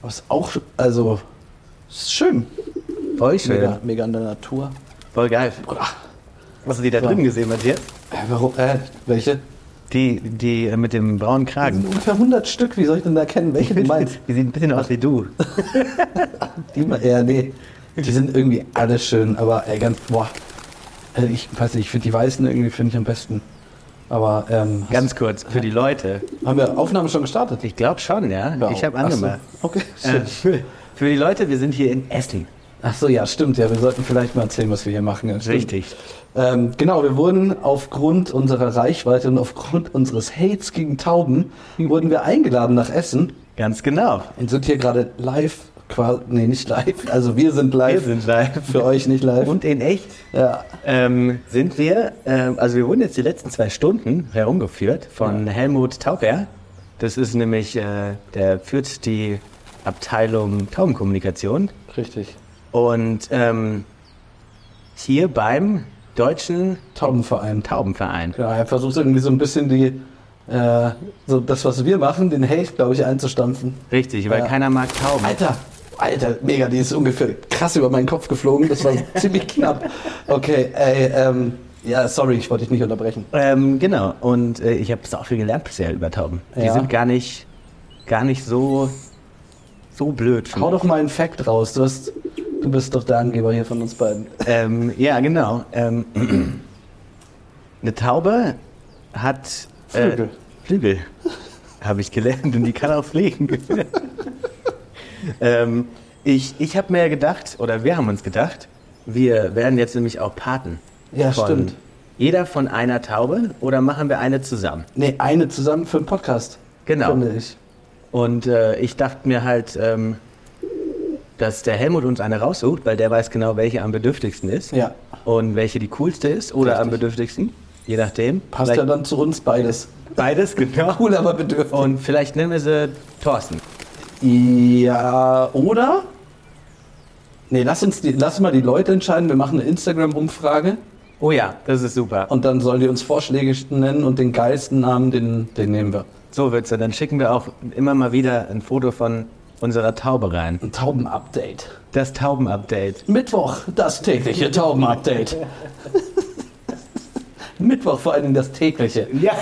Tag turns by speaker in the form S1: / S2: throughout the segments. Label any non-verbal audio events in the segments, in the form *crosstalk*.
S1: Was auch, also, ist schön.
S2: Voll schön.
S1: Mega, mega in der Natur.
S2: Voll geil. Was hast du die da
S1: So.
S2: drin gesehen, Matthias?
S1: Äh, warum, äh, welche?
S2: Die, die äh, mit dem braunen
S1: Das sind
S2: Kragen.
S1: ungefähr 100 Stück, wie soll ich denn erkennen, welche du meinst?
S2: *laughs* Die sehen ein bisschen aus wie du.
S1: Die, ma- ja, nee, die sind irgendwie alle schön, aber äh, ganz, boah. Äh, Ich weiß nicht, ich finde die Weißen irgendwie, finde ich am besten. Aber, ähm, hast-
S2: Ganz kurz, für die Leute.
S1: haben wir Aufnahmen schon gestartet?
S2: Ich glaube schon, ja. Ich habe
S1: Ach so.
S2: angemacht.
S1: Okay,
S2: Äh,
S1: schön.
S2: für, für die Leute, wir sind hier in Essen.
S1: Ach so, ja, stimmt. Ja, wir sollten vielleicht mal erzählen, was wir hier machen. Ja, stimmt.
S2: Richtig.
S1: Ähm, genau, wir wurden aufgrund unserer Reichweite und aufgrund unseres Hates gegen Tauben wurden wir eingeladen nach Essen
S2: Ganz genau.
S1: und sind hier gerade live, quasi, nee, nicht live. Also wir sind live.
S2: Wir sind live.
S1: Für euch nicht live.
S2: Und in echt
S1: ja,
S2: ähm, sind wir, ähm, also wir wurden jetzt die letzten zwei Stunden herumgeführt von Helmut Tauber. Das ist nämlich, äh, der führt die Abteilung Taubenkommunikation.
S1: richtig.
S2: Und ähm, hier beim Deutschen
S1: Taubenverein.
S2: Taubenverein.
S1: Genau, er versucht irgendwie so ein bisschen die, äh, so das, was wir machen, den Hate, glaube ich, einzustampfen.
S2: Richtig, weil
S1: Ja.
S2: keiner mag Tauben.
S1: Alter, Alter, mega, die ist ungefähr krass über meinen Kopf geflogen. Das
S2: *laughs*
S1: war ziemlich knapp. Okay, ey, ähm, ja, sorry, ich wollte dich nicht unterbrechen.
S2: Ähm, genau, und äh, ich habe auch viel gelernt bisher über Tauben. Die
S1: Ja.
S2: sind gar nicht, gar nicht so, so blöd.
S1: Hau doch mal einen Fact raus. Du, hast, du bist doch der Angeber hier von uns beiden.
S2: Ähm, ja, genau. Ähm, *clears throat* eine Taube hat äh,
S1: Flügel.
S2: Flügel. Habe ich gelernt und die kann auch fliegen.
S1: *laughs*
S2: ähm, ich ich habe mir gedacht, oder wir haben uns gedacht, wir werden jetzt nämlich auch Paten.
S1: Ja,
S2: von
S1: stimmt.
S2: Jeder von einer Taube oder machen wir eine zusammen?
S1: Nee, eine zusammen für einen Podcast.
S2: Genau.
S1: Finde ich.
S2: Und äh, ich dachte mir halt, ähm, dass der Helmut uns eine raussucht, weil der weiß genau, welche am bedürftigsten ist.
S1: Ja.
S2: Und welche die coolste ist oder
S1: Richtig.
S2: am bedürftigsten. Je nachdem.
S1: Passt ja
S2: vielleicht
S1: dann zu uns beides.
S2: *laughs* beides, genau.
S1: Cool, aber bedürftig.
S2: Und vielleicht nennen wir sie Thorsten.
S1: Ja, oder? Nee, lass uns die, lass mal die Leute entscheiden. Wir machen eine Instagram-Umfrage
S2: Oh ja, das ist super.
S1: und dann sollen die uns Vorschläge nennen und den geilsten Namen, den, den nehmen wir.
S2: so wird's dann. Dann schicken wir auch immer mal wieder ein Foto von unserer Taube rein.
S1: Ein Tauben-Update.
S2: Das Tauben-Update.
S1: Mittwoch, das tägliche
S2: *laughs*
S1: Tauben-Update. Mittwoch vor allen Dingen das tägliche.
S2: Ja.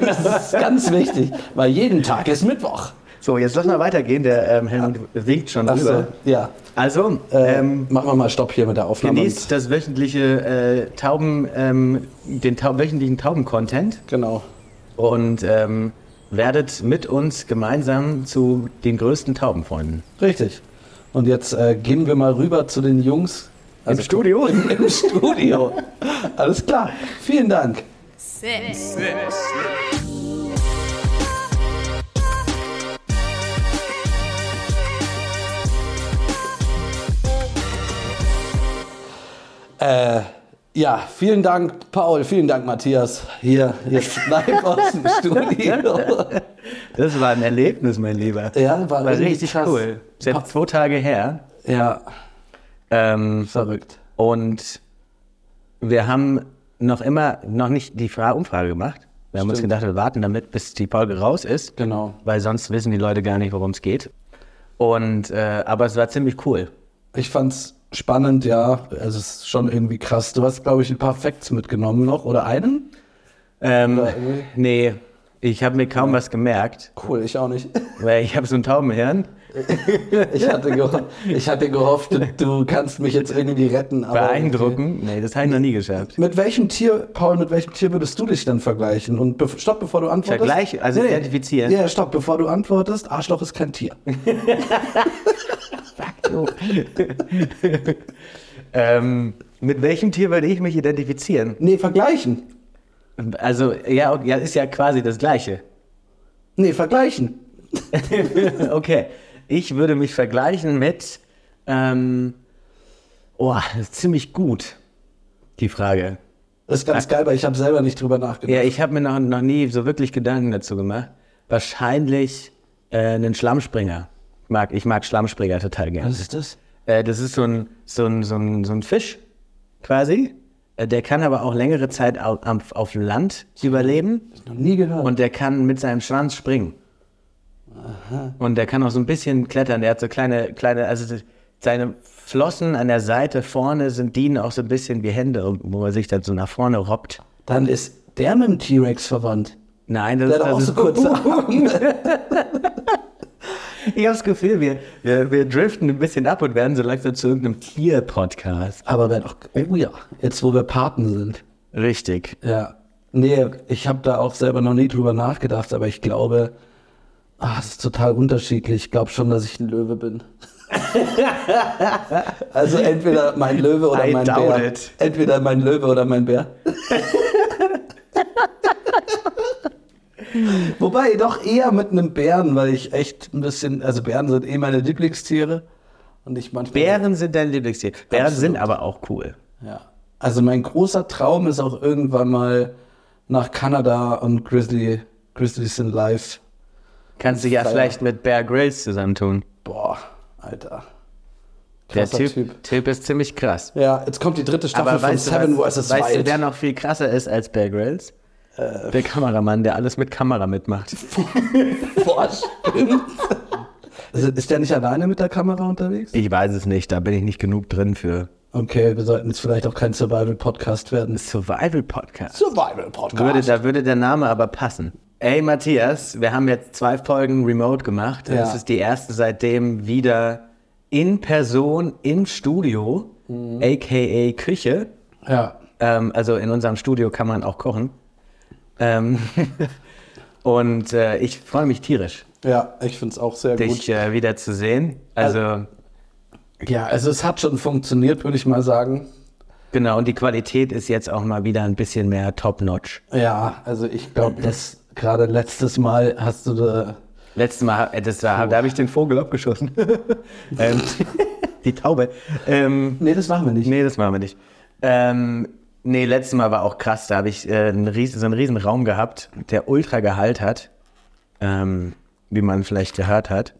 S1: Das ist ganz wichtig, weil jeden Tag ist Mittwoch.
S2: *laughs* So, jetzt lass mal weitergehen. Der ähm, Helmut winkt schon
S1: Ach so,
S2: rüber.
S1: ja.
S2: Also,
S1: Äh,
S2: ähm,
S1: machen wir mal Stopp hier mit der Aufnahme.
S2: Genießt das wöchentliche äh, Tauben, ähm, den tau wöchentlichen Tauben-Content
S1: Genau.
S2: und ähm, werdet mit uns gemeinsam zu den größten Taubenfreunden.
S1: Richtig. Und jetzt äh, gehen wir mal rüber zu den Jungs. Also, *laughs*
S2: Studio?
S1: Im Studio. Alles klar. Vielen Dank.
S3: Six.
S1: Ja, vielen Dank, Paul. Vielen Dank, Matthias. Hier, jetzt live aus
S2: *laughs*
S1: dem Studio.
S2: Das war ein Erlebnis, mein Lieber.
S1: Ja, war,
S2: war
S1: irgendwie
S2: richtig
S1: krass.
S2: cool. Ist
S1: Pa-
S2: jetzt zwei Tage her.
S1: Ja,
S2: Ähm,
S1: verrückt.
S2: und wir haben noch immer noch nicht die Fra Umfrage gemacht. Wir haben uns
S1: Stimmt.
S2: gedacht, wir warten damit, bis die Folge raus ist.
S1: Genau.
S2: weil sonst wissen die Leute gar nicht, worum es geht. Und äh, aber es war ziemlich cool.
S1: Ich fand's spannend, ja. Also es ist schon irgendwie krass. Du hast, glaube ich, ein paar Facts mitgenommen noch oder einen?
S2: Ähm,
S1: Oder irgendwie?
S2: nee, ich habe mir kaum was gemerkt,
S1: Cool, ich auch *laughs* nicht.
S2: weil ich habe so ein Taubenhirn.
S1: Ich hatte, geho ich hatte gehofft, du- du kannst mich jetzt irgendwie retten. Aber
S2: Beeindrucken. Nee, das habe ich noch nie geschafft.
S1: Okay. Mit welchem Tier, Paul, mit welchem Tier würdest du dich dann vergleichen? Und bef- stopp, bevor du antwortest.
S2: Vergleich, also identifizieren.
S1: Ja, stopp, bevor du antwortest, Arschloch ist kein Tier.
S2: *laughs* Ähm, mit welchem Tier würde ich mich identifizieren?
S1: Nee, vergleichen.
S2: Also, ja, okay, ja, ist ja quasi das Gleiche.
S1: Nee, vergleichen.
S2: Okay. Ich würde mich vergleichen mit. Ähm, oh, das ist ziemlich gut, die Frage.
S1: Das ist ganz geil, weil ich habe selber nicht drüber nachgedacht.
S2: Ja, ich habe mir noch, noch nie so wirklich Gedanken dazu gemacht. Wahrscheinlich äh, einen Schlammspringer. Ich mag, ich mag Schlammspringer total gerne.
S1: ist das?
S2: Äh, das ist so ein, so ein, so ein, so ein Fisch quasi. Äh, der kann aber auch längere Zeit au- am- auf dem Land überleben
S1: Noch nie gehört.
S2: und der kann mit seinem Schwanz springen. Und der kann auch so ein bisschen klettern. Der hat so kleine, kleine, also seine Flossen an der Seite vorne sind dienen auch so ein bisschen wie Hände, wo man sich dann so nach vorne robbt.
S1: Dann ist der mit dem T-Rex verwandt.
S2: Nein, das,
S1: Der hat
S2: das
S1: auch
S2: ist also
S1: so *laughs* kurze Augen.
S2: Ich habe das Gefühl, wir, wir, wir driften ein bisschen ab und werden so langsam zu irgendeinem Tier-Podcast.
S1: Aber dann auch, oh ja, jetzt wo wir Paten sind.
S2: Richtig.
S1: Ja. Nee, ich habe da auch selber noch nie drüber nachgedacht, aber ich glaube, ah, es ist total unterschiedlich. Ich glaube schon, dass ich ein Löwe
S2: *laughs*
S1: bin. also entweder mein Löwe oder
S2: I
S1: mein
S2: doubt
S1: Bär.
S2: it.
S1: Entweder mein Löwe oder mein
S2: *laughs*
S1: Bär. Wobei doch eher mit einem Bären, weil ich echt ein bisschen, also Bären sind eh meine Lieblingstiere und ich manchmal
S2: Bären sind dein Lieblingstier. Bären
S1: Absolut.
S2: sind aber auch cool.
S1: ja. Also mein großer Traum ist auch irgendwann mal nach Kanada und Grizzly, Grizzlies in Life.
S2: Kannst dich ja
S1: Feier.
S2: vielleicht mit Bear Grylls zusammentun.
S1: Boah, Alter.
S2: Der
S1: Krasser
S2: typ, typ. ist ziemlich krass.
S1: Ja, jetzt kommt die dritte Staffel
S2: Aber
S1: von
S2: weißt,
S1: Seven
S2: du, was,
S1: vs.
S2: weißt du,
S1: Wild. *laughs*
S2: wer noch viel krasser ist als Bear Grylls? der Kameramann, der alles mit Kamera mitmacht.
S1: Boah, stimmt. also, ist der nicht alleine mit der Kamera unterwegs?
S2: Ich weiß es nicht, da bin ich nicht genug drin für
S1: Okay, wir sollten jetzt vielleicht auch kein Survival-Podcast werden.
S2: Survival-Podcast. Würde,
S1: Survival-Podcast.
S2: da würde der Name aber passen. Ey Matthias, wir haben jetzt zwei Folgen remote gemacht.
S1: Ja.
S2: Das ist die erste seitdem wieder in Person im Studio,
S1: Mhm.
S2: aka Küche.
S1: Ja.
S2: Ähm, also in unserem Studio kann man auch kochen. Ähm, *laughs* und äh, ich freue mich tierisch,
S1: ja, ich finde es auch sehr gut. Äh.
S2: dich äh, wieder zu sehen. Also,
S1: Ja, also es hat schon funktioniert, würde ich mal sagen.
S2: genau, und die Qualität ist jetzt auch mal wieder ein bisschen mehr top-notch.
S1: Ja, also ich glaube, das gerade letztes Mal hast du da.
S2: Letztes Mal, äh, das war, da habe ich den Vogel abgeschossen. ähm, die Taube. Ähm,
S1: Nee, das machen wir nicht.
S2: nee, das machen wir nicht. Ähm, nee, letztes Mal war auch krass. Da habe ich äh, einen riesen, so einen riesen Raum gehabt, der ultra Gehalt hat. Ähm, wie man vielleicht gehört hat.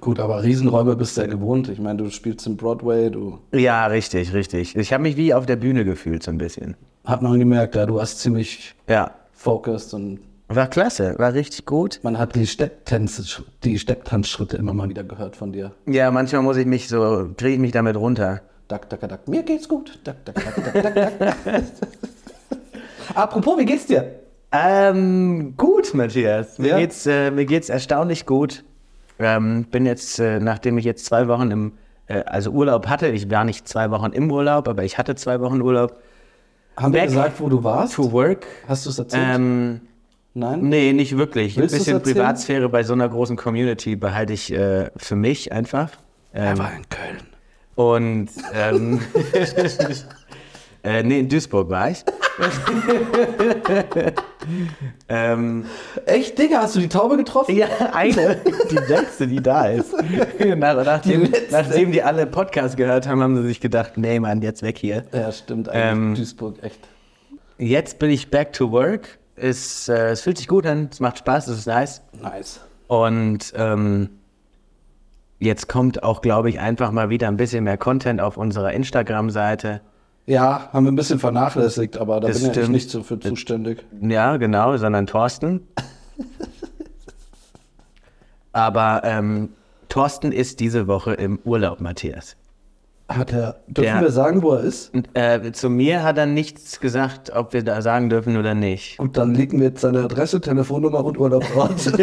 S1: Gut, aber Riesenräume bist du ja gewohnt. Ich meine, du spielst im Broadway, du.
S2: Ja, richtig, richtig. Ich habe mich wie auf der Bühne gefühlt, so ein bisschen.
S1: Hat man gemerkt, ja, du warst ziemlich
S2: Ja.
S1: focused und
S2: War klasse, war richtig gut.
S1: man hat die Stepptänze, die Stepptanzschritte immer mal wieder gehört von dir.
S2: Ja, manchmal muss ich mich so, drehe ich mich damit runter.
S1: Dack, dack, dack, mir geht's gut. Dack, dack, dack, dack, dack, dack.
S2: *laughs*
S1: Apropos, wie geht's dir?
S2: Ähm, gut, Matthias. Mir,
S1: Ja?
S2: geht's, äh, mir geht's erstaunlich gut. Ähm, bin jetzt, äh, nachdem ich jetzt zwei Wochen im, äh, also Urlaub hatte, ich war nicht zwei Wochen im Urlaub, aber ich hatte zwei Wochen Urlaub.
S1: Haben wir
S2: Back
S1: gesagt, wo du warst?
S2: To work?
S1: Hast du es erzählt?
S2: Ähm,
S1: Nein?
S2: nee, nicht wirklich.
S1: Willst
S2: Ein
S1: du's
S2: bisschen
S1: erzählen?
S2: Privatsphäre bei so einer großen Community behalte ich äh, für mich einfach. Ähm,
S1: Er war in Köln.
S2: Und ähm, *laughs* äh, nee, in Duisburg war ich. *laughs* ähm,
S1: Echt, Digga, hast du die Taube getroffen?
S2: ja, eine, die letzte, die da ist. *laughs* Nach, nachdem,
S1: Die letzte.
S2: nachdem die alle Podcasts gehört haben, haben sie sich gedacht, nee, Mann, jetzt weg hier.
S1: Ja, stimmt,
S2: Ähm,
S1: eigentlich Duisburg, echt.
S2: Jetzt bin ich back to work. Es, äh, es fühlt sich gut an, es macht Spaß, es ist nice.
S1: Nice.
S2: Und ähm, jetzt kommt auch, glaube ich, einfach mal wieder ein bisschen mehr Content auf unserer Instagram-Seite.
S1: Ja, haben wir ein bisschen vernachlässigt, aber da
S2: Das
S1: bin ja ich
S2: stimmt.
S1: nicht so für zuständig.
S2: Ja, genau, sondern Thorsten. Aber ähm, Thorsten ist diese Woche im Urlaub, Matthias.
S1: Hat er, dürfen
S2: Der-
S1: wir sagen, wo er ist?
S2: Und, äh, zu mir hat er nichts gesagt, ob wir da sagen dürfen oder nicht.
S1: Gut, dann legen wir jetzt seine Adresse, Telefonnummer und
S2: *laughs*
S1: Urlaubsort.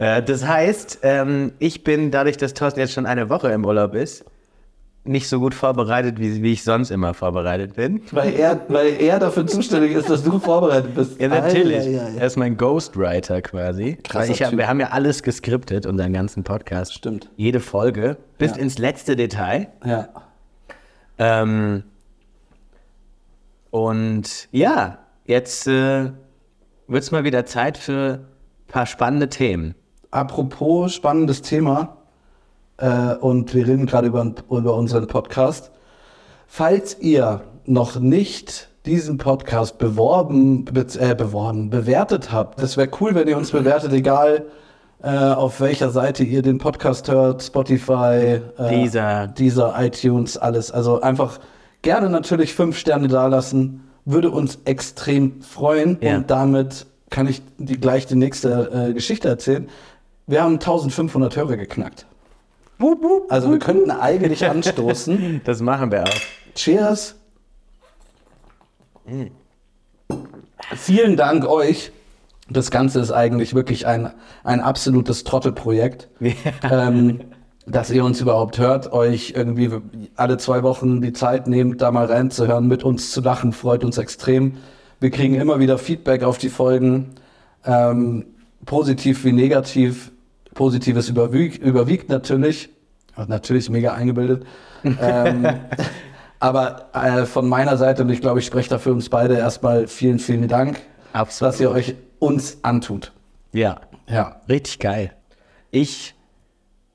S2: Äh, das heißt, ähm, ich bin dadurch, dass Thorsten jetzt schon eine Woche im Urlaub ist, nicht so gut vorbereitet, wie, wie ich sonst immer vorbereitet bin.
S1: weil, er, weil er dafür zuständig ist, dass du vorbereitet bist.
S2: Ja, natürlich.
S1: Ei, ei, ei.
S2: Er ist mein Ghostwriter quasi.
S1: Krasser
S2: Weil ich hab,
S1: Typ.
S2: wir haben ja alles geskriptet, unseren ganzen Podcast.
S1: Stimmt.
S2: Jede Folge, bis
S1: Ja.
S2: ins letzte Detail.
S1: Ja.
S2: Ähm, und ja, jetzt äh, wird es mal wieder Zeit für ein paar spannende Themen.
S1: Apropos spannendes Thema, äh, und wir reden gerade über, über unseren Podcast. Falls ihr noch nicht diesen Podcast beworben, be äh, beworben, bewertet habt, das wäre cool, wenn ihr uns bewertet, egal äh, auf welcher Seite ihr den Podcast hört, Spotify, äh,
S2: Deezer.
S1: Deezer, iTunes, alles. Also einfach gerne natürlich fünf Sterne dalassen, würde uns extrem freuen
S2: Ja.
S1: und damit kann ich die, gleich die nächste äh, Geschichte erzählen. Wir haben 1500 Hörer geknackt. Also wir könnten eigentlich anstoßen.
S2: Also, Das machen wir auch.
S1: Cheers. Hm. Vielen Dank euch. Das Ganze ist eigentlich wirklich ein, ein absolutes Trottelprojekt, ähm, dass ihr uns überhaupt hört, euch irgendwie alle zwei Wochen die Zeit nehmt, da mal reinzuhören, mit uns zu lachen, freut uns extrem. Wir kriegen immer wieder Feedback auf die Folgen, ähm, positiv wie negativ. Positives überwiegt, überwiegt natürlich, Hat natürlich mega eingebildet. ähm, aber äh, von meiner Seite, und ich glaube, ich spreche da für uns beide, erstmal vielen, vielen Dank,
S2: Absolut.
S1: dass ihr euch uns antut.
S2: Ja,
S1: Ja.
S2: richtig geil. Ich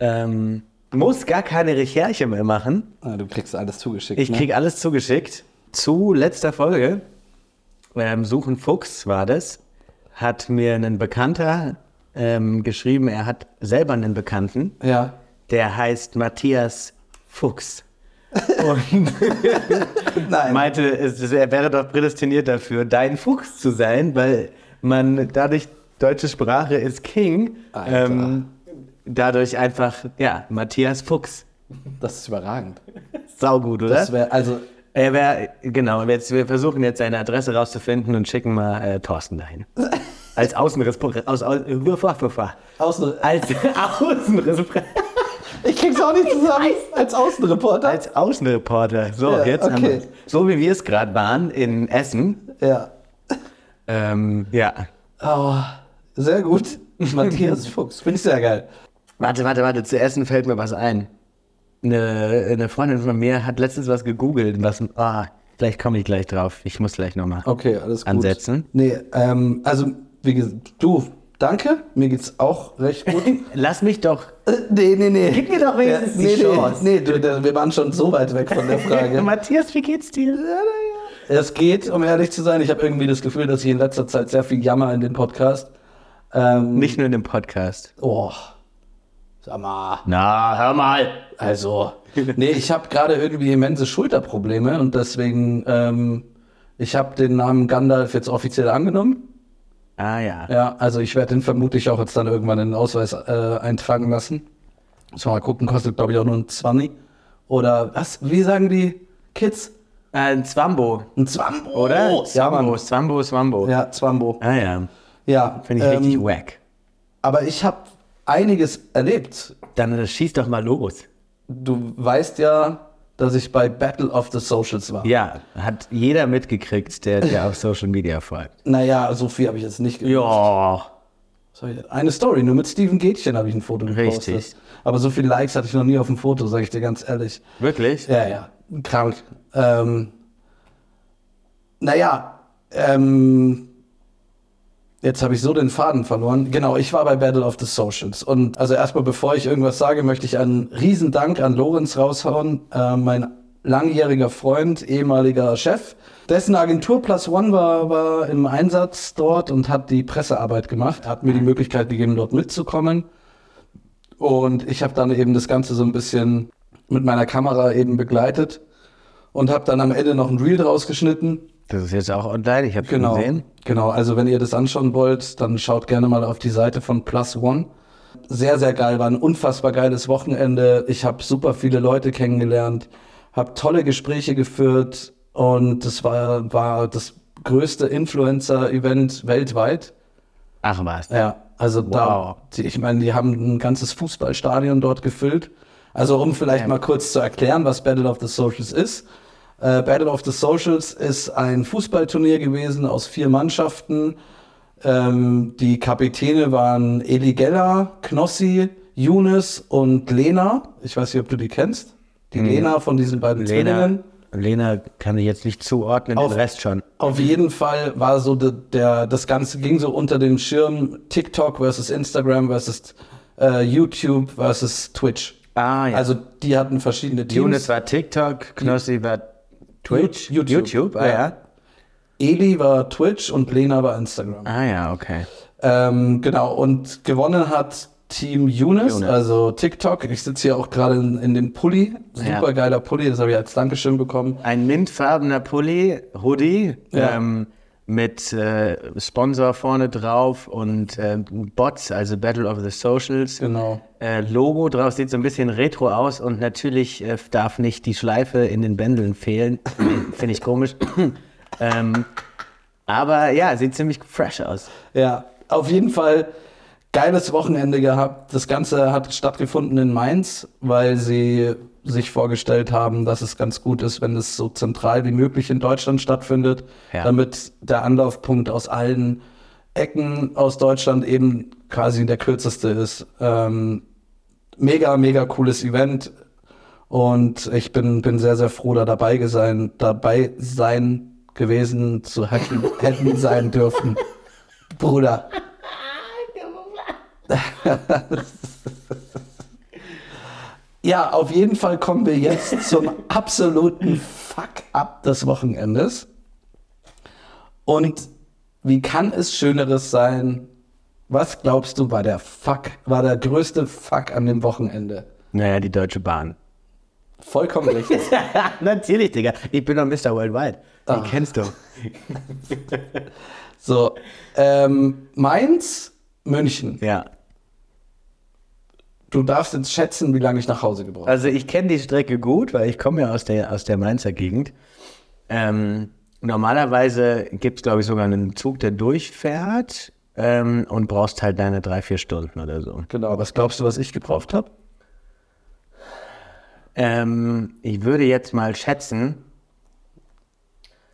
S2: ähm, muss gar keine Recherche mehr machen.
S1: Ah, Du kriegst alles zugeschickt. ne?
S2: Ich krieg alles zugeschickt. Zu letzter Folge, ähm, Suchen Fuchs war das, hat mir ein Bekannter ähm, geschrieben, er hat selber einen Bekannten,
S1: ne? Ja.
S2: der heißt Matthias *laughs* Fuchs.
S1: Nein.
S2: meinte, es, es- er wäre doch prädestiniert dafür, dein Fuchs zu sein, weil man dadurch, deutsche Sprache ist King,
S1: Alter.
S2: ähm, dadurch einfach, ja, Matthias Fuchs.
S1: das ist überragend.
S2: Saugut, oder?
S1: Das wäre, also,
S2: er wäre, genau, jetzt, wir versuchen jetzt seine Adresse rauszufinden und schicken mal äh,
S1: *laughs*
S2: Thorsten dahin. Als Außenrespondent. Aus, aus,
S1: Außen
S2: als *laughs* Außenrespondent.
S1: ich krieg's auch nicht zusammen als Außenreporter.
S2: Als Außenreporter. So,
S1: Ja,
S2: jetzt haben
S1: okay.
S2: wir's. So wie wir es gerade waren in Essen.
S1: ja.
S2: Ähm, ja.
S1: Oh, sehr *laughs* gut. Matthias Fuchs. Finde ich sehr geil.
S2: Warte, warte, warte, zu Essen fällt mir was ein. Eine, eine Freundin von mir hat letztens was gegoogelt, was. Ah, vielleicht komme ich gleich drauf. Ich muss gleich nochmal.
S1: Okay, alles gut.
S2: Ansetzen?
S1: Nee, ähm, also, wie gesagt, du, danke. Mir geht's auch recht
S2: *laughs*
S1: gut. Äh,
S2: Lass mich doch.
S1: nee, nee, nee.
S2: Gib mir doch wenigstens die
S1: nee,
S2: Chance.
S1: Nee, nee du, da- wir waren schon so weit weg
S2: *laughs*
S1: von der Frage.
S2: Matthias, wie geht's dir?
S1: Es geht, um ehrlich zu sein. Ich habe irgendwie das Gefühl, dass ich in letzter Zeit sehr viel jammer in den Podcast. Ähm,
S2: Nicht nur in dem Podcast.
S1: Oh. Sag mal.
S2: Na, hör mal.
S1: Also. Nee, ich habe gerade irgendwie immense Schulterprobleme und deswegen, ähm, ich habe den Namen Gandalf jetzt offiziell angenommen.
S2: Ah ja.
S1: Ja, also ich werde den vermutlich auch jetzt dann irgendwann in den Ausweis äh, eintragen lassen. Muss man mal gucken, kostet glaube ich auch nur ein 20. Oder was? Wie sagen die Kids?
S2: Äh, ein Zwambo,
S1: Ein Zwambo.
S2: oder?
S1: Ja,
S2: Zwambo,
S1: Mann.
S2: Zwambo, Zwambo.
S1: Oh, Ja, Zwambo.
S2: Ah ja.
S1: Ja.
S2: Finde ich
S1: ähm,
S2: richtig wack.
S1: Aber ich habe einiges erlebt.
S2: Dann äh, schieß doch mal los.
S1: Du weißt ja, dass ich bei Battle of the Socials war.
S2: Ja, hat jeder mitgekriegt, der dir auf Social Media folgt.
S1: Naja, so viel habe ich jetzt nicht ge-
S2: Ja.
S1: Was hab ich denn? Eine Story, nur mit Steven Gätchen habe ich ein Foto gepostet.
S2: Richtig.
S1: Aber so viele Likes hatte ich noch nie auf dem Foto, sage ich dir ganz ehrlich.
S2: Wirklich?
S1: Ja, ja, krank. Ähm, naja, ähm, jetzt habe ich so den Faden verloren. Genau, ich war bei Battle of the Socials. Und also erstmal, bevor ich irgendwas sage, möchte ich einen riesen Dank an Lorenz raushauen, äh, mein langjähriger Freund, ehemaliger Chef. Dessen Agentur Plus One war, war im Einsatz dort und hat die Pressearbeit gemacht, hat mir die Möglichkeit gegeben, dort mitzukommen. Und ich habe dann eben das Ganze so ein bisschen mit meiner Kamera eben begleitet und habe dann am Ende noch ein Reel draus geschnitten.
S2: Das ist jetzt auch online, ich habe
S1: Genau.
S2: gesehen.
S1: Genau, also wenn ihr das anschauen wollt, dann schaut gerne mal auf die Seite von Plus One. Sehr, sehr geil, war ein unfassbar geiles Wochenende. Ich habe super viele Leute kennengelernt, habe tolle Gespräche geführt und das war, war das größte Influencer-Event weltweit.
S2: Ach was.
S1: Ja, also
S2: Wow.
S1: da, die, ich meine, die haben ein ganzes Fußballstadion dort gefüllt. Also um vielleicht mal kurz zu erklären, was Battle of the Socials ist. Äh, Battle of the Socials ist ein Fußballturnier gewesen aus vier Mannschaften. Ähm, die Kapitäne waren Eli Geller, Knossi, Younes und Lena. Ich weiß nicht, ob du die kennst. Die Lena von diesen beiden
S2: Hm. Lena,
S1: Zwillingen.
S2: Lena kann ich jetzt nicht zuordnen,
S1: Auf-
S2: den Rest schon.
S1: Auf jeden Fall war so de, der, das Ganze ging so unter dem Schirm TikTok versus Instagram versus äh, YouTube versus Twitch.
S2: Ah
S1: Also die hatten verschiedene Teams.
S2: Jonas war TikTok, Knossi war Twitch,
S1: YouTube.
S2: ah ja.
S1: Eli war Twitch und Lena war Instagram.
S2: Ah ja, okay.
S1: Ähm, genau, und gewonnen hat Team Younes,
S2: Younes.
S1: also TikTok. Ich sitze hier auch gerade in, in dem Pulli.
S2: Ja.
S1: Super geiler Pulli, das habe ich als Dankeschön bekommen.
S2: Ein mintfarbener Pulli, Hoodie,
S1: Ja.
S2: ähm, mit äh, Sponsor vorne drauf und äh, Bots, also Battle of the Socials.
S1: Genau.
S2: Äh, Logo drauf sieht so ein bisschen retro aus und natürlich äh, darf nicht die Schleife in den Bändeln fehlen. *coughs* Finde ich komisch. *coughs* ähm, aber ja, sieht ziemlich fresh aus.
S1: Ja, auf jeden Fall geiles Wochenende gehabt. Das Ganze hat stattgefunden in Mainz, weil sie sich vorgestellt haben, dass es ganz gut ist, wenn es so zentral wie möglich in Deutschland stattfindet,
S2: Ja.
S1: damit der Anlaufpunkt aus allen Ecken aus Deutschland eben quasi der kürzeste ist. Ähm, mega, mega cooles Event. Und ich bin, bin sehr, sehr froh, da dabei, gesein, dabei sein gewesen zu hacken, hätten sein dürfen. Bruder. ja, auf jeden Fall kommen wir jetzt zum absoluten Fuck-up des Wochenendes. Und wie kann es Schöneres sein? Was glaubst du, war der Fuck, war der größte Fuck an dem Wochenende?
S2: Naja, die Deutsche Bahn.
S1: Vollkommen richtig.
S2: *laughs* natürlich, Digga. Ich bin doch Mr. Worldwide. Die
S1: Ah.
S2: kennst du.
S1: So, ähm, Mainz, München.
S2: Ja.
S1: Du darfst jetzt schätzen, wie lange ich nach Hause gebraucht habe.
S2: Also ich kenne die Strecke gut, weil ich komme ja aus der, aus der Mainzer Gegend. Ähm, normalerweise gibt es, glaube ich, sogar einen Zug, der durchfährt ähm, und brauchst halt deine drei, vier Stunden oder so.
S1: Genau, was glaubst du, was ich gebraucht habe?
S2: Ähm, ich würde jetzt mal schätzen,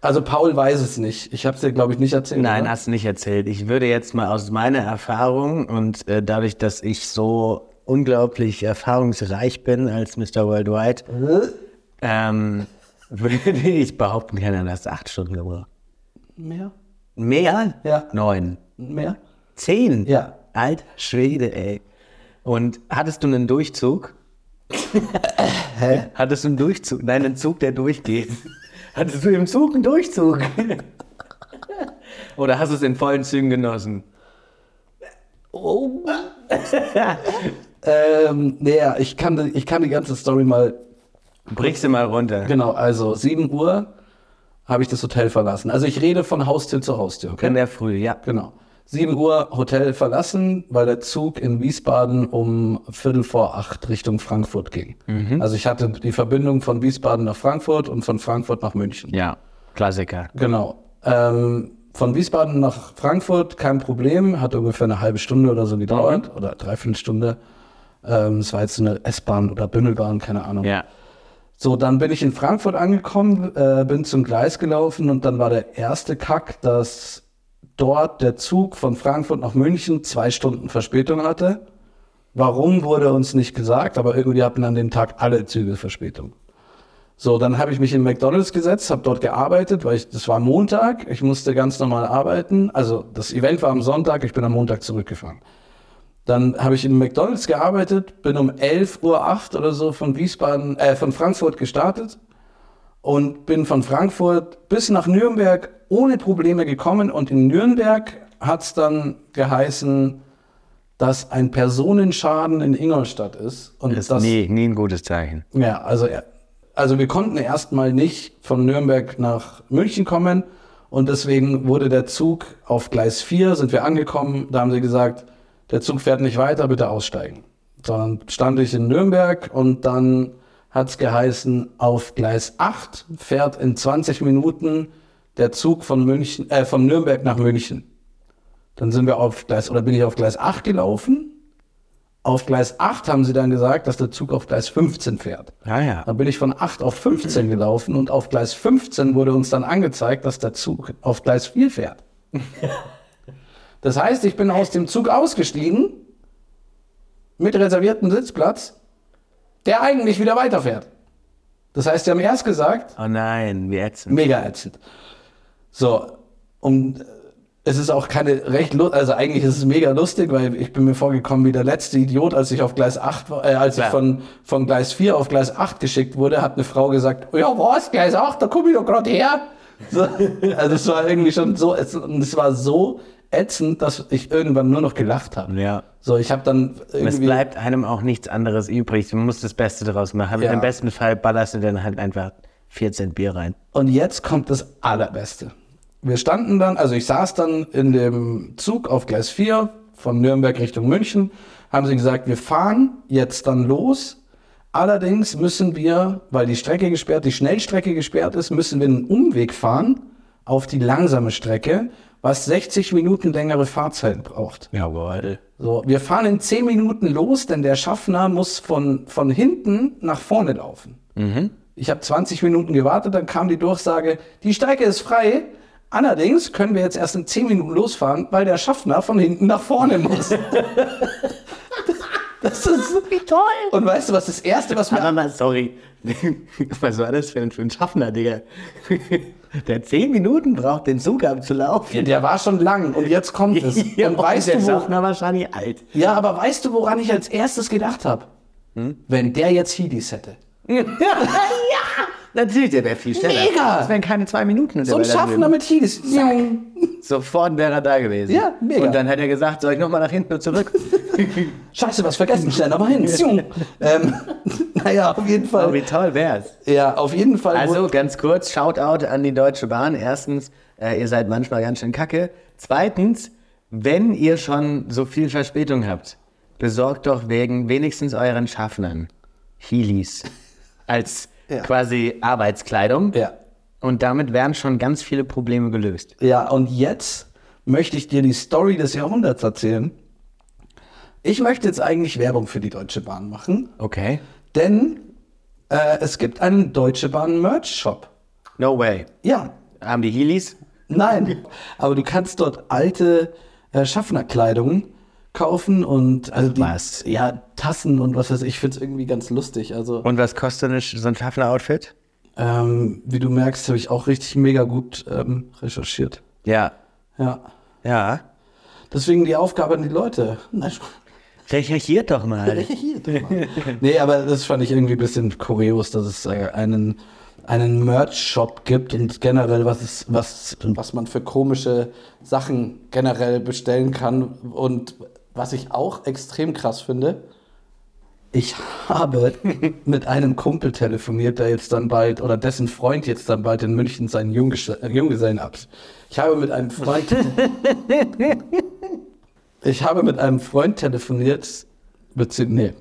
S1: Also Paul weiß es nicht. Ich habe es dir, glaube ich, nicht erzählt.
S2: nein,
S1: oder?
S2: hast du nicht erzählt. Ich würde jetzt mal aus meiner Erfahrung und äh, dadurch, dass ich so unglaublich erfahrungsreich bin als Mr. Worldwide, ähm, würde *laughs* ich behaupten, keiner hat acht Stunden gebraucht.
S1: Mehr?
S2: Mehr?
S1: Ja.
S2: Neun.
S1: Mehr?
S2: Zehn?
S1: Ja.
S2: Alt Schwede, ey. Und hattest du einen Durchzug? *laughs* Hä? Hattest du einen Durchzug? Nein, einen Zug, der durchgeht. *laughs* Hattest du im Zug einen Durchzug? *laughs* Oder hast du es in vollen Zügen genossen?
S1: Oh. ähm, naja, ich kann, die- ich kann die ganze Story mal.
S2: Brichst du mal runter.
S1: Genau, also 7 Uhr habe ich das Hotel verlassen. Also ich rede von Haustür zu Haustür, okay?
S2: In der Früh, ja.
S1: Genau. 7 Uhr Hotel verlassen, weil der Zug in Wiesbaden um Viertel vor acht Richtung Frankfurt ging. Also ich hatte die Verbindung von Wiesbaden nach Frankfurt und von Frankfurt nach München.
S2: Ja, Klassiker.
S1: Genau. Ähm, von Wiesbaden nach Frankfurt kein Problem, hat ungefähr eine halbe Stunde oder so gedauert oder dreiviertel Stunde. Ähm, es war jetzt eine S-Bahn oder Bündelbahn, keine Ahnung.
S2: Ja.
S1: So, dann bin ich in Frankfurt angekommen, äh, bin zum Gleis gelaufen und dann war der erste Kack, dass dort der Zug von Frankfurt nach München zwei Stunden Verspätung hatte. Warum wurde uns nicht gesagt, aber irgendwie hatten an dem Tag alle Züge Verspätung. So, dann habe ich mich in McDonald's gesetzt, habe dort gearbeitet, weil ich, das war Montag, ich musste ganz normal arbeiten. Also das Event war am Sonntag, ich bin am Montag zurückgefahren. Dann habe ich in McDonalds gearbeitet, bin um 11.08 Uhr oder so von Wiesbaden, äh, von Frankfurt gestartet und bin von Frankfurt bis nach Nürnberg ohne Probleme gekommen. Und in Nürnberg hat es dann geheißen, dass ein Personenschaden in Ingolstadt ist. Und
S2: Ist
S1: das,
S2: nie, nie ein gutes Zeichen.
S1: ja, also, er- also wir konnten erstmal nicht von Nürnberg nach München kommen und deswegen wurde der Zug auf Gleis 4, sind wir angekommen, da haben sie gesagt, der Zug fährt nicht weiter, bitte aussteigen. Dann stand ich in Nürnberg und dann hat's geheißen, auf Gleis 8 fährt in 20 Minuten der Zug von München, äh, von Nürnberg nach München. Dann sind wir auf Gleis, oder bin ich auf Gleis 8 gelaufen. Auf Gleis 8 haben sie dann gesagt, dass der Zug auf Gleis 15 fährt.
S2: Ah ja.
S1: Dann bin ich von 8 auf 15 gelaufen und auf Gleis 15 wurde uns dann angezeigt, dass der Zug auf Gleis 4 fährt. Das heißt, ich bin aus dem Zug ausgestiegen mit reserviertem Sitzplatz, der eigentlich wieder weiterfährt. Das heißt, sie haben erst gesagt,
S2: Oh nein, wie ätzend.
S1: mega ätzend. So, und äh, es ist auch keine recht, lu- also eigentlich ist es mega lustig, weil ich bin mir vorgekommen wie der letzte Idiot, als ich auf Gleis 8, war- äh, als
S2: Klar.
S1: ich von, von Gleis 4 auf Gleis 8 geschickt wurde, hat eine Frau gesagt, ja was, Gleis 8, da komme ich doch gerade her. So, *laughs* also es war irgendwie schon so, ätzend, und es war so ätzend, dass ich irgendwann nur noch gelacht habe.
S2: Ja.
S1: So, ich habe dann
S2: Es
S1: irgendwie...
S2: bleibt einem auch nichts anderes übrig. Man muss das Beste daraus machen.
S1: Ja.
S2: Im besten Fall ballerst du dann halt einfach 14 Bier rein.
S1: Und jetzt kommt das Allerbeste. wir standen dann, also ich saß dann in dem Zug auf Gleis 4 von Nürnberg Richtung München, haben sie gesagt, wir fahren jetzt dann los. Allerdings müssen wir, weil die Strecke gesperrt, die Schnellstrecke gesperrt ist, müssen wir einen Umweg fahren auf die langsame Strecke, was 60 Minuten längere Fahrzeit braucht.
S2: Jawohl.
S1: So, wir fahren in 10 Minuten los, denn der Schaffner muss von, von hinten nach vorne laufen.
S2: Mhm.
S1: Ich habe 20 Minuten gewartet, dann kam die Durchsage, die Strecke ist frei. Allerdings können wir jetzt erst in 10 Minuten losfahren, weil der Schaffner von hinten nach vorne
S2: *laughs*
S1: muss. das ist
S2: Wie toll!
S1: und weißt du, was das erste, was mir
S2: Aber mal, sorry. *laughs* Was war das für ein, für ein Schaffner, Digga? *laughs* Der 10 Minuten braucht, den Zug abzulaufen.
S1: der war schon lang und jetzt kommt es.
S2: *laughs*
S1: Und weißt
S2: der
S1: du, wo,
S2: Schaffner wahrscheinlich alt. *laughs*
S1: ja, aber weißt du, woran ich als erstes gedacht habe? Wenn der jetzt Hidis hätte.
S2: Hm? ja! Natürlich, der wäre viel schneller.
S1: Mega!
S2: Das wären keine zwei Minuten. und der
S1: So ein
S2: wäre da
S1: Schaffner
S2: drüben.
S1: mit Hidis.
S2: Sofort wäre er da gewesen.
S1: Ja, mega.
S2: Und dann hätte er gesagt, soll ich nochmal nach hinten
S1: *laughs*
S2: und zurück? *laughs*
S1: Scheiße, was vergessen, schnell nochmal *laughs* hin. Zjung. ähm, *laughs* naja, auf jeden
S2: Aber
S1: Fall.
S2: Oh, wie toll wär's.
S1: Ja, auf jeden Fall.
S2: Also ganz kurz, Shoutout an die Deutsche Bahn. Erstens, äh, ihr seid manchmal ganz schön kacke. Zweitens, wenn ihr schon so viel Verspätung habt, besorgt doch wegen wenigstens euren Schaffnern *laughs* Heelys als
S1: Ja.
S2: quasi Arbeitskleidung.
S1: Ja.
S2: Und damit wären schon ganz viele Probleme gelöst.
S1: Ja, und jetzt möchte ich dir die Story des Jahrhunderts erzählen. Ich möchte jetzt eigentlich Werbung für die Deutsche Bahn machen,
S2: Okay.
S1: denn äh, es gibt einen Deutsche Bahn Merch Shop.
S2: No way.
S1: Ja,
S2: Haben die Heelys?
S1: nein, *laughs* aber du kannst dort alte äh, Schaffnerkleidung kaufen und also die,
S2: was?
S1: ja Tassen und was weiß ich. Ich finde es irgendwie ganz lustig. Also
S2: Und was kostet eine, so ein Schaffner-Outfit?
S1: ähm, wie du merkst, habe ich auch richtig mega gut ähm, recherchiert.
S2: Ja.
S1: Ja,
S2: Ja.
S1: deswegen die Aufgabe an die Leute. Nein, Spaß.
S2: Recherchiert doch mal.
S1: *laughs* nee, aber das fand ich irgendwie ein bisschen kurios, dass es äh, einen, einen Merch-Shop gibt und generell, was, es, was, was man für komische Sachen generell bestellen kann. Und was ich auch extrem krass finde, ich *laughs* habe mit einem Kumpel telefoniert, der jetzt dann bald, oder dessen Freund jetzt dann bald in München seinen Jungges- äh, Junggesellenabschied. Ich habe mit einem Freund. *laughs* ich habe mit einem Freund telefoniert, bezieh nee.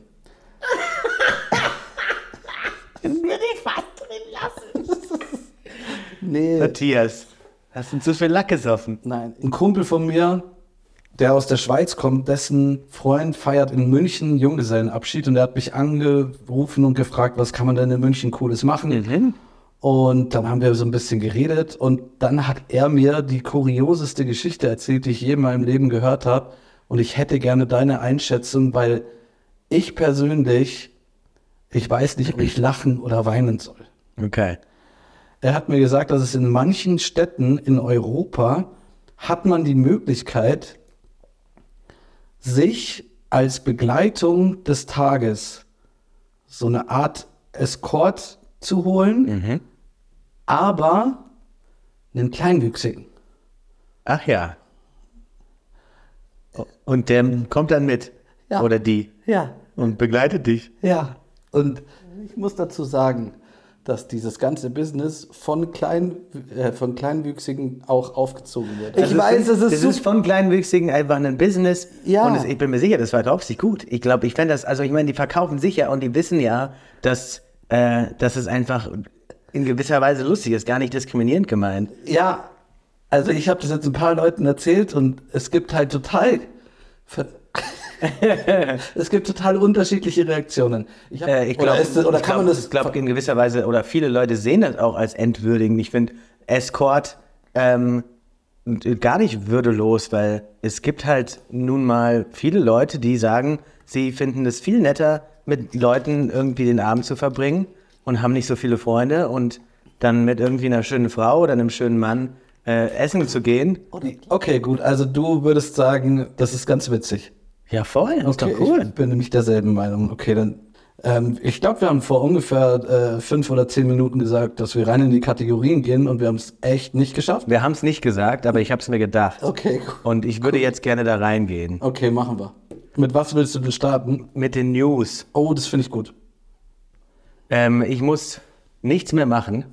S1: Nee.
S2: *laughs* Matthias, hast du zu viel Lack gesoffen?
S1: Nein, ein Kumpel von mir, der aus der Schweiz kommt, dessen Freund feiert in München Junggesellenabschied und der hat mich angerufen und gefragt, was kann man denn in München Cooles machen?
S2: Mhm.
S1: Und dann haben wir so ein bisschen geredet und dann hat er mir die kurioseste Geschichte erzählt, die ich je in meinem Leben gehört habe. Und ich hätte gerne deine Einschätzung, weil ich persönlich, ich weiß nicht, ob ich lachen oder weinen soll.
S2: Okay.
S1: Er hat mir gesagt, dass es in manchen Städten in Europa hat man die Möglichkeit, sich als Begleitung des Tages so eine Art Escort zu holen, aber einen Kleinwüchsigen.
S2: Ach ja. Und der kommt dann mit.
S1: Ja.
S2: Oder die.
S1: Ja,
S2: Und begleitet dich.
S1: ja. Und ich muss dazu sagen, dass dieses ganze Business von, Klein, äh, von Kleinwüchsigen auch aufgezogen wird.
S2: Also sind- Das ist von Kleinwüchsigen einfach ein Business.
S1: Ja.
S2: Und es, ich bin mir sicher, das verkauft sich gut. Ich glaube, ich fände das, also ich meine, die verkaufen sicher und die wissen ja, dass, äh, dass es einfach in gewisser Weise lustig ist, gar nicht diskriminierend gemeint.
S1: Ja, also ich habe das jetzt ein paar Leuten erzählt und es gibt halt total.
S2: *laughs*
S1: es gibt total unterschiedliche Reaktionen. Ich hab,
S2: Äh, ich
S1: oder
S2: glaub,
S1: ist, das- oder
S2: ich
S1: kann
S2: glaub,
S1: man das?
S2: Ich glaube, in gewisser Weise, oder viele Leute sehen das auch als entwürdigend. Ich finde Escort ähm, gar nicht würdelos, weil es gibt halt nun mal viele Leute, die sagen, sie finden es viel netter, mit Leuten irgendwie den Abend zu verbringen und haben nicht so viele Freunde und dann mit irgendwie einer schönen Frau oder einem schönen Mann äh, essen zu gehen.
S1: okay, gut. Also du würdest sagen, das ist ganz witzig.
S2: Ja, voll, das ist doch
S1: Ich
S2: cool.
S1: bin nämlich derselben Meinung. Okay, dann. Ähm, ich glaube, wir haben vor ungefähr äh, fünf oder zehn Minuten gesagt, dass wir rein in die Kategorien gehen und wir haben es echt nicht geschafft.
S2: Wir haben es nicht gesagt, aber ich habe es mir gedacht.
S1: Okay, gut.
S2: Und ich würde jetzt gerne da reingehen.
S1: okay, machen wir. Mit was willst du denn starten?
S2: Mit den News.
S1: Oh, das finde ich gut.
S2: Ähm, ich muss nichts mehr machen.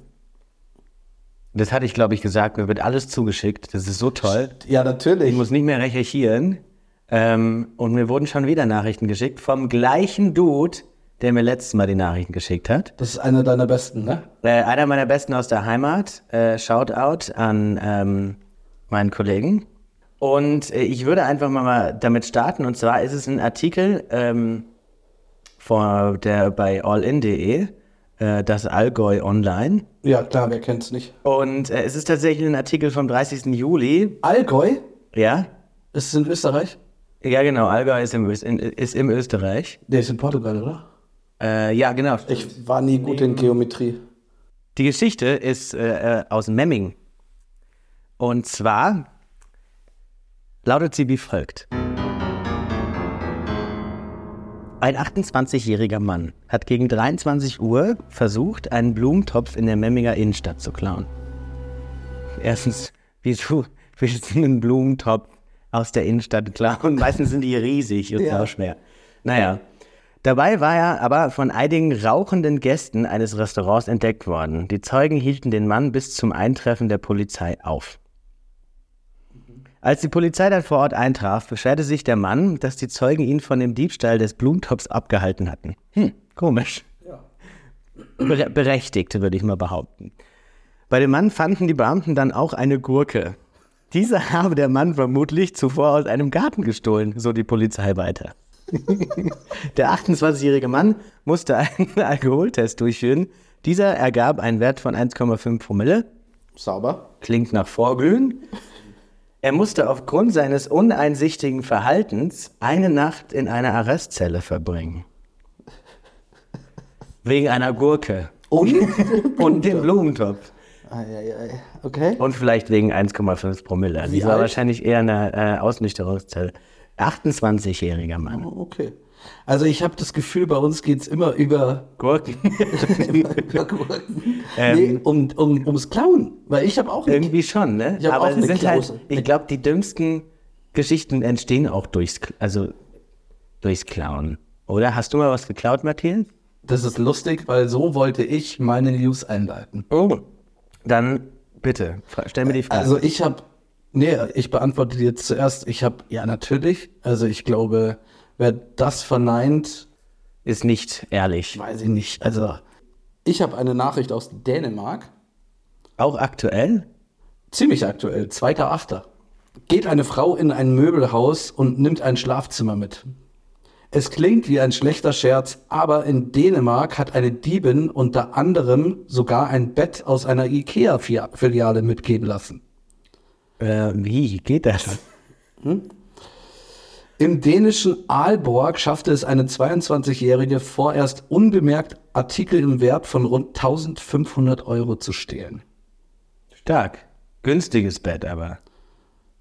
S2: Das hatte ich, glaube ich, gesagt. Mir wird alles zugeschickt. Das ist so toll.
S1: Ja, natürlich.
S2: Ich muss nicht mehr recherchieren. Ähm, und mir wurden schon wieder Nachrichten geschickt vom gleichen Dude, der mir letztes Mal die Nachrichten geschickt hat.
S1: das ist einer deiner besten, ne?
S2: Äh, einer meiner besten aus der Heimat. Äh, Shoutout an ähm, meinen Kollegen. Und äh, ich würde einfach mal- mal damit starten. Und zwar ist es ein Artikel ähm, vor der, bei allin.de, äh, das Allgäu Online.
S1: Ja, klar, wer kennt's nicht?
S2: Und äh, es ist tatsächlich ein Artikel vom 30. Juli.
S1: Allgäu?
S2: Ja,
S1: Ist es in Österreich?
S2: ja genau. Allgäu ist im, Ös- in, ist im Österreich.
S1: Nee, ist in Portugal, oder?
S2: Äh, ja, genau.
S1: Ich war nie gut in Geometrie.
S2: Die Geschichte ist äh, äh, aus Memming. Und zwar lautet sie wie folgt. Ein 28-jähriger Mann hat gegen 23 Uhr versucht, einen Blumentopf in der Memminger Innenstadt zu klauen. Erstens, wieso willst du einen Blumentopf aus der Innenstadt klauen? Meistens sind die riesig und
S1: Ja.
S2: ja. schwer. Naja. Dabei war er aber von einigen rauchenden Gästen eines Restaurants entdeckt worden. Die Zeugen hielten den Mann bis zum Eintreffen der Polizei auf. Als die Polizei dann vor Ort eintraf, beschwerte sich der Mann, dass die Zeugen ihn von dem Diebstahl des Blumentopfs abgehalten hatten. Hm, komisch. Bere berechtigt, würde ich mal behaupten. Bei dem Mann fanden die Beamten dann auch eine Gurke. Diese habe der Mann vermutlich zuvor aus einem Garten gestohlen, so die Polizei weiter. Der 28-jährige Mann musste einen *laughs* Alkoholtest durchführen. Dieser ergab einen Wert von 1,5 Promille.
S1: Sauber.
S2: Klingt nach Vorglühen. Er musste aufgrund seines uneinsichtigen Verhaltens eine Nacht in einer Arrestzelle verbringen. Wegen einer Gurke
S1: *laughs* Und?
S2: und dem Blumentopf.
S1: Eieiei. Okay.
S2: Und vielleicht wegen 1,5 Promille. Also
S1: Wie
S2: es war
S1: alt?
S2: wahrscheinlich eher eine äh, Ausnüchterungszelle. 28-jähriger Mann.
S1: Okay. Also ich habe das Gefühl, bei uns geht's immer über, *laughs*
S2: Gurken.
S1: über Gurken. nee, um, um, ums Klauen. Weil ich habe auch nicht.
S2: Irgendwie schon, ne?
S1: Ich hab auch
S2: Aber
S1: eine
S2: es sind
S1: Klause.
S2: halt, ich glaube, die dümmsten Geschichten entstehen auch durchs, K- also durchs Klauen. Oder? Hast du mal was geklaut, Matthias?
S1: Das ist lustig, weil so wollte ich meine News einleiten.
S2: Oh. Dann bitte, fra- stell mir die Frage.
S1: Also ich habe, nee, ich beantworte dir jetzt zuerst. Ich habe, ja natürlich. Also ich glaube, wer das verneint,
S2: ist nicht ehrlich.
S1: weiß ich nicht. Also ich habe eine Nachricht aus Dänemark.
S2: Auch aktuell?
S1: Ziemlich aktuell, 2.8. Geht eine Frau in ein Möbelhaus und nimmt ein Schlafzimmer mit. Es klingt wie ein schlechter Scherz, aber in Dänemark hat eine Diebin unter anderem sogar ein Bett aus einer IKEA-Filiale mitgehen lassen.
S2: Äh, wie geht das?
S1: Im dänischen Aalborg schaffte es eine 22-Jährige vorerst unbemerkt Artikel im Wert von rund 1500 Euro zu stehlen.
S2: Stark. Günstiges Bett aber.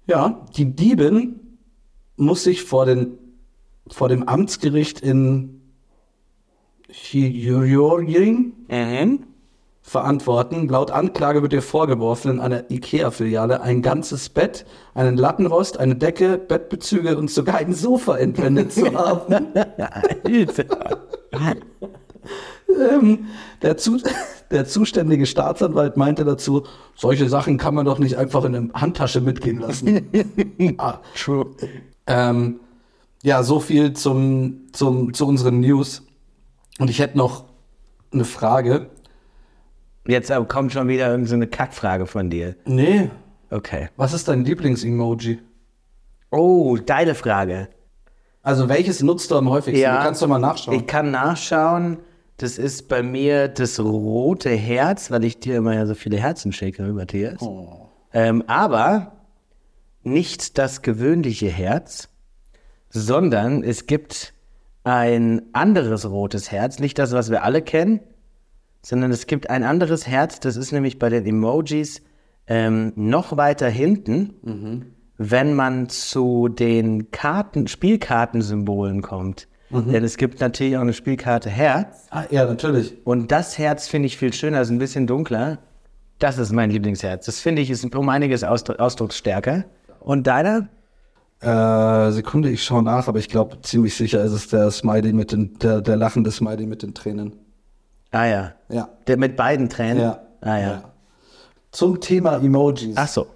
S1: Ja, die Diebin muss sich vor, den, vor dem Amtsgericht in Hjörgjörgjörn
S2: Mhm.
S1: verantworten. Laut Anklage wird ihr vorgeworfen, in einer IKEA-Filiale ein ganzes Bett, einen Lattenrost, eine Decke, Bettbezüge und sogar ein Sofa entwendet zu haben.
S2: Hilfe.
S1: Ähm, der, zu, der zuständige Staatsanwalt meinte dazu, solche Sachen kann man doch nicht einfach in eine Handtasche mitgehen lassen. ah,
S2: True.
S1: Ähm, ja, so viel zum, zum, zu unseren News. Und ich hätte noch eine Frage.
S2: Jetzt aber kommt schon wieder irgendeine so eine Kackfrage von dir.
S1: Nee.
S2: Okay.
S1: Was ist dein Lieblings-Emoji?
S2: Oh, geile Frage.
S1: Also, welches nutzt du am häufigsten?
S2: Ja.
S1: Du kannst doch mal nachschauen.
S2: Ich kann nachschauen. Das ist bei mir das rote Herz, weil ich dir immer ja so viele Herzen schicke, Matthias.
S1: Oh.
S2: Ähm, aber nicht das gewöhnliche Herz, sondern es gibt ein anderes rotes Herz, nicht das, was wir alle kennen, sondern es gibt ein anderes Herz, das ist nämlich bei den Emojis ähm, noch weiter hinten, wenn man zu den Karten, Spielkartensymbolen kommt. Denn es gibt natürlich auch eine Spielkarte Herz
S1: Ah, ja, natürlich.
S2: und das Herz finde ich viel schöner, ist ein bisschen dunkler. Das ist mein Lieblingsherz. Das finde ich ist um einiges Ausdru ausdrucksstärker. Und deiner?
S1: Äh, Sekunde, ich schaue nach, aber ich glaube, ziemlich sicher ist es der Smiley mit den, der, der lachende Smiley mit den Tränen.
S2: Ah ja.
S1: Ja.
S2: Der mit beiden Tränen?
S1: Ja.
S2: Ah ja.
S1: Ja. Zum Thema Emojis.
S2: Ach so.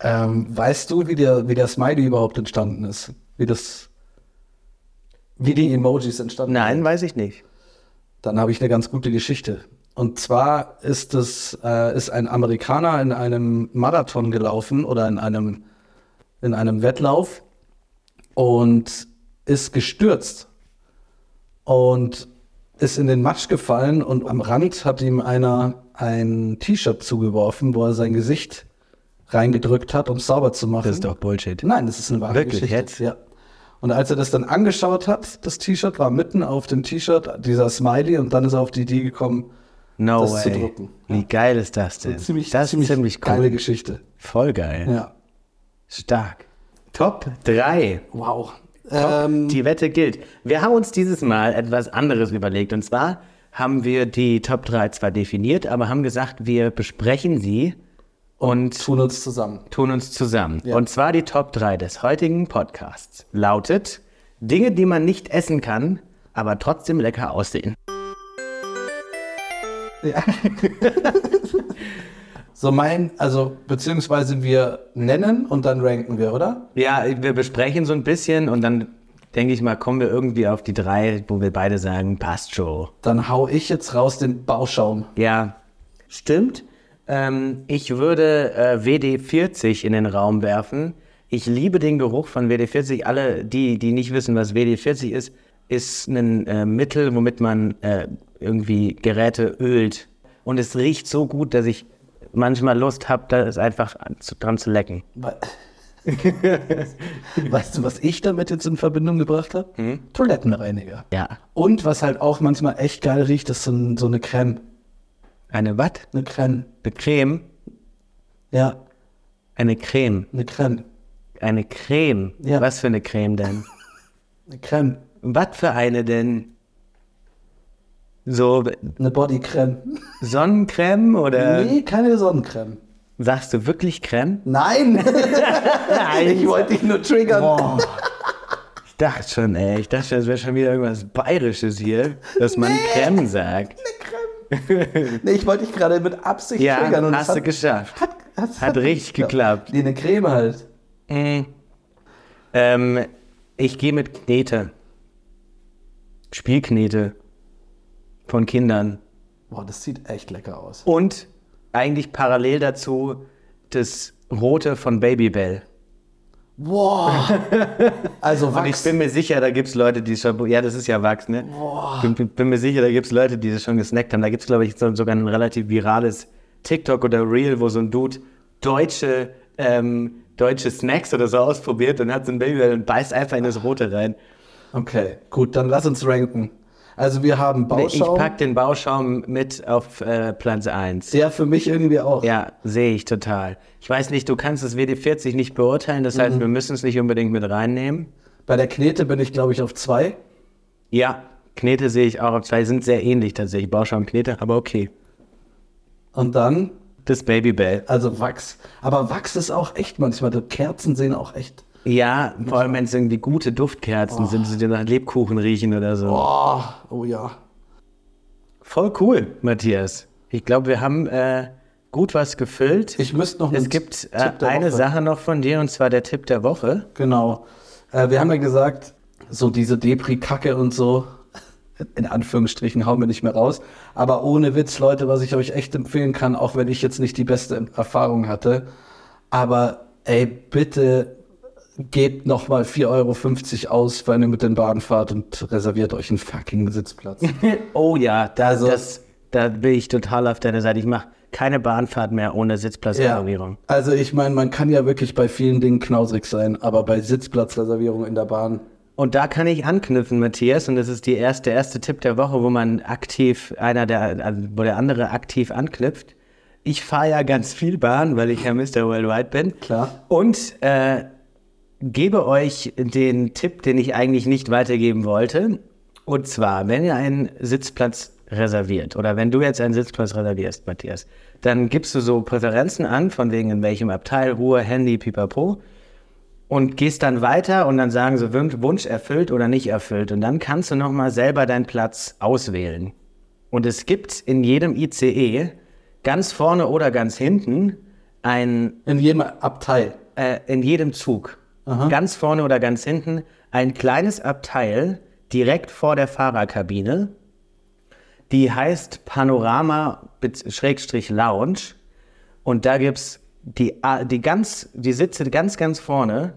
S1: Ähm, weißt du, wie der, wie der Smiley überhaupt entstanden ist? Wie das, wie die Emojis entstanden
S2: Nein,
S1: sind?
S2: weiß ich nicht.
S1: Dann habe ich eine ganz gute Geschichte. Und zwar ist es, äh, ist ein Amerikaner in einem Marathon gelaufen oder in einem, in einem Wettlauf und ist gestürzt und ist in den Matsch gefallen und am Rand hat ihm einer ein T-Shirt zugeworfen, wo er sein Gesicht reingedrückt hat, um es sauber zu machen.
S2: Das ist doch Bullshit.
S1: Nein, das ist eine wahre
S2: Wirklich,
S1: Geschichte.
S2: jetzt?
S1: Ja. Und als er das dann angeschaut hat, das T-Shirt war mitten auf dem T-Shirt dieser Smiley und dann ist er auf die Idee gekommen.
S2: No
S1: Das
S2: way.
S1: zu drucken.
S2: Wie geil ist das denn? das ist ziemlich cool.
S1: geile Geschichte.
S2: Voll geil.
S1: Ja.
S2: Stark. Top 3.
S1: Wow.
S2: Top,
S1: Ähm,
S2: die Wette gilt. Wir haben uns dieses Mal etwas anderes überlegt. Und zwar haben wir die Top 3 zwar definiert, aber haben gesagt, wir besprechen sie und
S1: tun uns zusammen.
S2: tun uns zusammen.
S1: Ja.
S2: Und zwar die Top 3 des heutigen Podcasts lautet Dinge, die man nicht essen kann, aber trotzdem lecker aussehen.
S1: *laughs* So mein, also beziehungsweise wir nennen und dann ranken wir, oder?
S2: Ja, wir besprechen so ein bisschen und dann denke ich mal, kommen wir irgendwie auf die drei, wo wir beide sagen, passt schon.
S1: Dann hau ich jetzt raus den Bauschaum.
S2: Ja, stimmt. Ähm, ich würde äh, WD40 in den Raum werfen. Ich liebe den Geruch von WD40. Alle, die, die nicht wissen, was WD40 ist, ist ein äh, Mittel, womit man äh, irgendwie Geräte ölt. Und es riecht so gut, dass ich manchmal Lust habe, da es einfach an- zu- dran zu lecken.
S1: We- *laughs* weißt du, was ich damit jetzt in Verbindung gebracht habe?
S2: Hm?
S1: Toilettenreiniger.
S2: Ja.
S1: Und was halt auch manchmal echt geil riecht, ist so, ein, so eine Creme.
S2: Eine was?
S1: Eine Creme.
S2: Eine Creme?
S1: Ja,
S2: Eine Creme.
S1: eine Creme.
S2: Eine Creme?
S1: Ja.
S2: Was für eine Creme denn?
S1: Eine Creme.
S2: Was für eine denn? So
S1: Eine Bodycreme.
S2: Sonnencreme oder
S1: nee, keine Sonnencreme.
S2: sagst du wirklich Creme?
S1: Nein! *laughs* ich wollte dich nur triggern.
S2: Boah. Ich dachte schon, ey, ich dachte, das wäre schon wieder irgendwas Bayerisches hier, dass man Creme sagt.
S1: Nee, ich wollte dich gerade mit Absicht
S2: Ja,
S1: triggern. und
S2: hast
S1: es
S2: du geschafft.
S1: hat, hat,
S2: Hat richtig geklappt.
S1: Nee, eine Creme halt.
S2: Mhm. Ähm, ich gehe mit Knete. Spielknete von Kindern.
S1: Boah, das sieht echt lecker aus.
S2: Und eigentlich parallel dazu das Rote von Babybel.
S1: Wow! *laughs* Also
S2: Und
S1: Wachs.
S2: ich bin mir sicher, da gibt es Leute, die es schon. Ja, das ist ja Wachs, ne? Ich bin, bin mir sicher, da gibt es Leute, die das schon gesnackt haben. Da gibt es, glaube ich, so, sogar ein relativ virales TikTok oder Reel, wo so ein Dude deutsche, ähm, deutsche Snacks oder so ausprobiert und hat so ein Babybel und beißt einfach in das Rote rein.
S1: okay, gut, dann lass uns ranken. Also wir haben
S2: Nee, ich
S1: Bauschaum.
S2: pack den Bauschaum mit auf äh, Platz 1.
S1: der für mich irgendwie auch.
S2: Ja, sehe ich total. Ich weiß nicht, du kannst das WD40 nicht beurteilen, das heißt, wir müssen es nicht unbedingt mit reinnehmen.
S1: Bei der Knete bin ich, glaube ich, auf zwei.
S2: Ja, Knete sehe ich auch auf zwei, sind sehr ähnlich tatsächlich, Bauschaum, Knete, aber okay.
S1: Und dann,
S2: Das Babybell.
S1: also Wachs. Aber Wachs ist auch echt manchmal. Die Kerzen sehen auch echt.
S2: Ja, vor allem wenn es irgendwie gute Duftkerzen sind, die dir nach Lebkuchen riechen oder so.
S1: Oh, oh ja.
S2: Voll cool, Matthias. Ich glaube, wir haben äh, gut was gefüllt.
S1: Ich müsste noch
S2: es
S1: einen
S2: gibt äh,
S1: Tipp der
S2: eine
S1: Woche.
S2: Sache noch von dir und zwar der Tipp
S1: *laughs*
S2: der Woche.
S1: Genau. Äh, wir haben ja gesagt, so diese Depri-Kacke und so, in Anführungsstrichen, hauen wir nicht mehr raus. Aber ohne Witz, Leute, was ich euch echt empfehlen kann, auch wenn ich jetzt nicht die beste Erfahrung hatte, aber ey, bitte gebt nochmal 4,50 Euro aus, wenn ihr mit den Bahn fahrt und reserviert euch einen fucking Sitzplatz.
S2: oh ja, da,
S1: Also-
S2: das, da bin ich total auf deiner Seite. Ich mache keine Bahnfahrt mehr ohne Sitzplatzreservierung.
S1: Also ich meine, man kann ja wirklich bei vielen Dingen knausrig sein, aber bei Sitzplatzreservierung in der Bahn,
S2: Und da kann ich anknüpfen, Matthias, und das ist die erste, der erste Tipp der Woche, wo man aktiv, einer der, also wo der andere aktiv anknüpft. Ich fahre ja ganz viel Bahn, weil ich ja Mr. Worldwide bin.
S1: Klar.
S2: Und äh, gebe euch den Tipp, den ich eigentlich nicht weitergeben wollte. Und zwar, wenn ihr einen Sitzplatz reserviert oder wenn du jetzt einen Sitzplatz reservierst, Matthias, dann gibst du so Präferenzen an, von wegen in welchem Abteil, Ruhe, Handy, pipapo und gehst dann weiter und dann sagen sie Wun- Wunsch erfüllt oder nicht erfüllt und dann kannst du noch mal selber deinen Platz auswählen. Und es gibt in jedem ICE E ganz vorne oder ganz hinten ein,
S1: In jedem Abteil.
S2: äh, in jedem Zug,
S1: Aha.
S2: ganz vorne oder ganz hinten, ein kleines Abteil direkt vor der Fahrerkabine. Die heißt Panorama bez- Schrägstrich Lounge. Und da gibt's die, A- die ganz, die Sitze ganz, ganz vorne,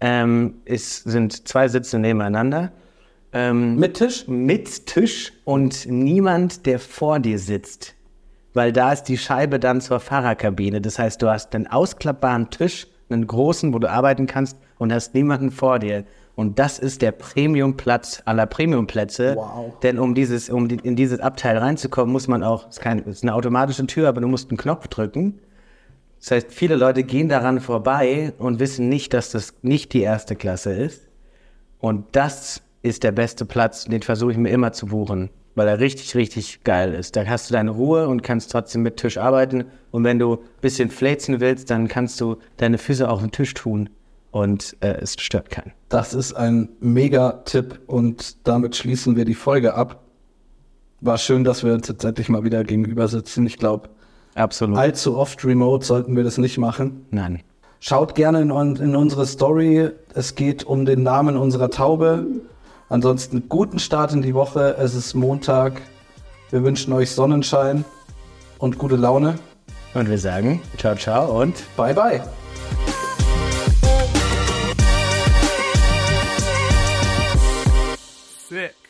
S2: ähm, ist, sind zwei Sitze nebeneinander. Ähm,
S1: Mit Tisch?
S2: mit Tisch und niemand, der vor dir sitzt. Weil da ist die Scheibe dann zur Fahrerkabine. Das heißt, du hast einen ausklappbaren Tisch, einen großen, wo du arbeiten kannst und hast niemanden vor dir. Und das ist der Premium-Platz aller Premium-Plätze.
S1: Wow.
S2: Denn um, dieses, um die, in dieses Abteil reinzukommen, muss man auch, es ist, kein, es ist eine automatische Tür, aber du musst einen Knopf drücken. Das heißt, viele Leute gehen daran vorbei und wissen nicht, dass das nicht die erste Klasse ist. Und das ist der beste Platz, den versuche ich mir immer zu buchen, weil er richtig, richtig geil ist. Da hast du deine Ruhe und kannst trotzdem mit Tisch arbeiten. Und wenn du ein bisschen fläzen willst, dann kannst du deine Füße auf den Tisch tun und äh, es stört keinen.
S1: Das ist ein Mega-Tipp und damit schließen wir die Folge ab. War schön, dass wir uns jetzt endlich mal wieder gegenüber sitzen. Ich glaube,
S2: Absolut.
S1: allzu oft remote sollten wir das nicht machen.
S2: Nein.
S1: Schaut gerne in, un- in unsere Story. Es geht um den Namen unserer Taube. Ansonsten guten Start in die Woche. Es ist Montag. Wir wünschen euch Sonnenschein und gute Laune.
S2: Und wir sagen, ciao, ciao und
S1: Bye, bye.
S3: Sick.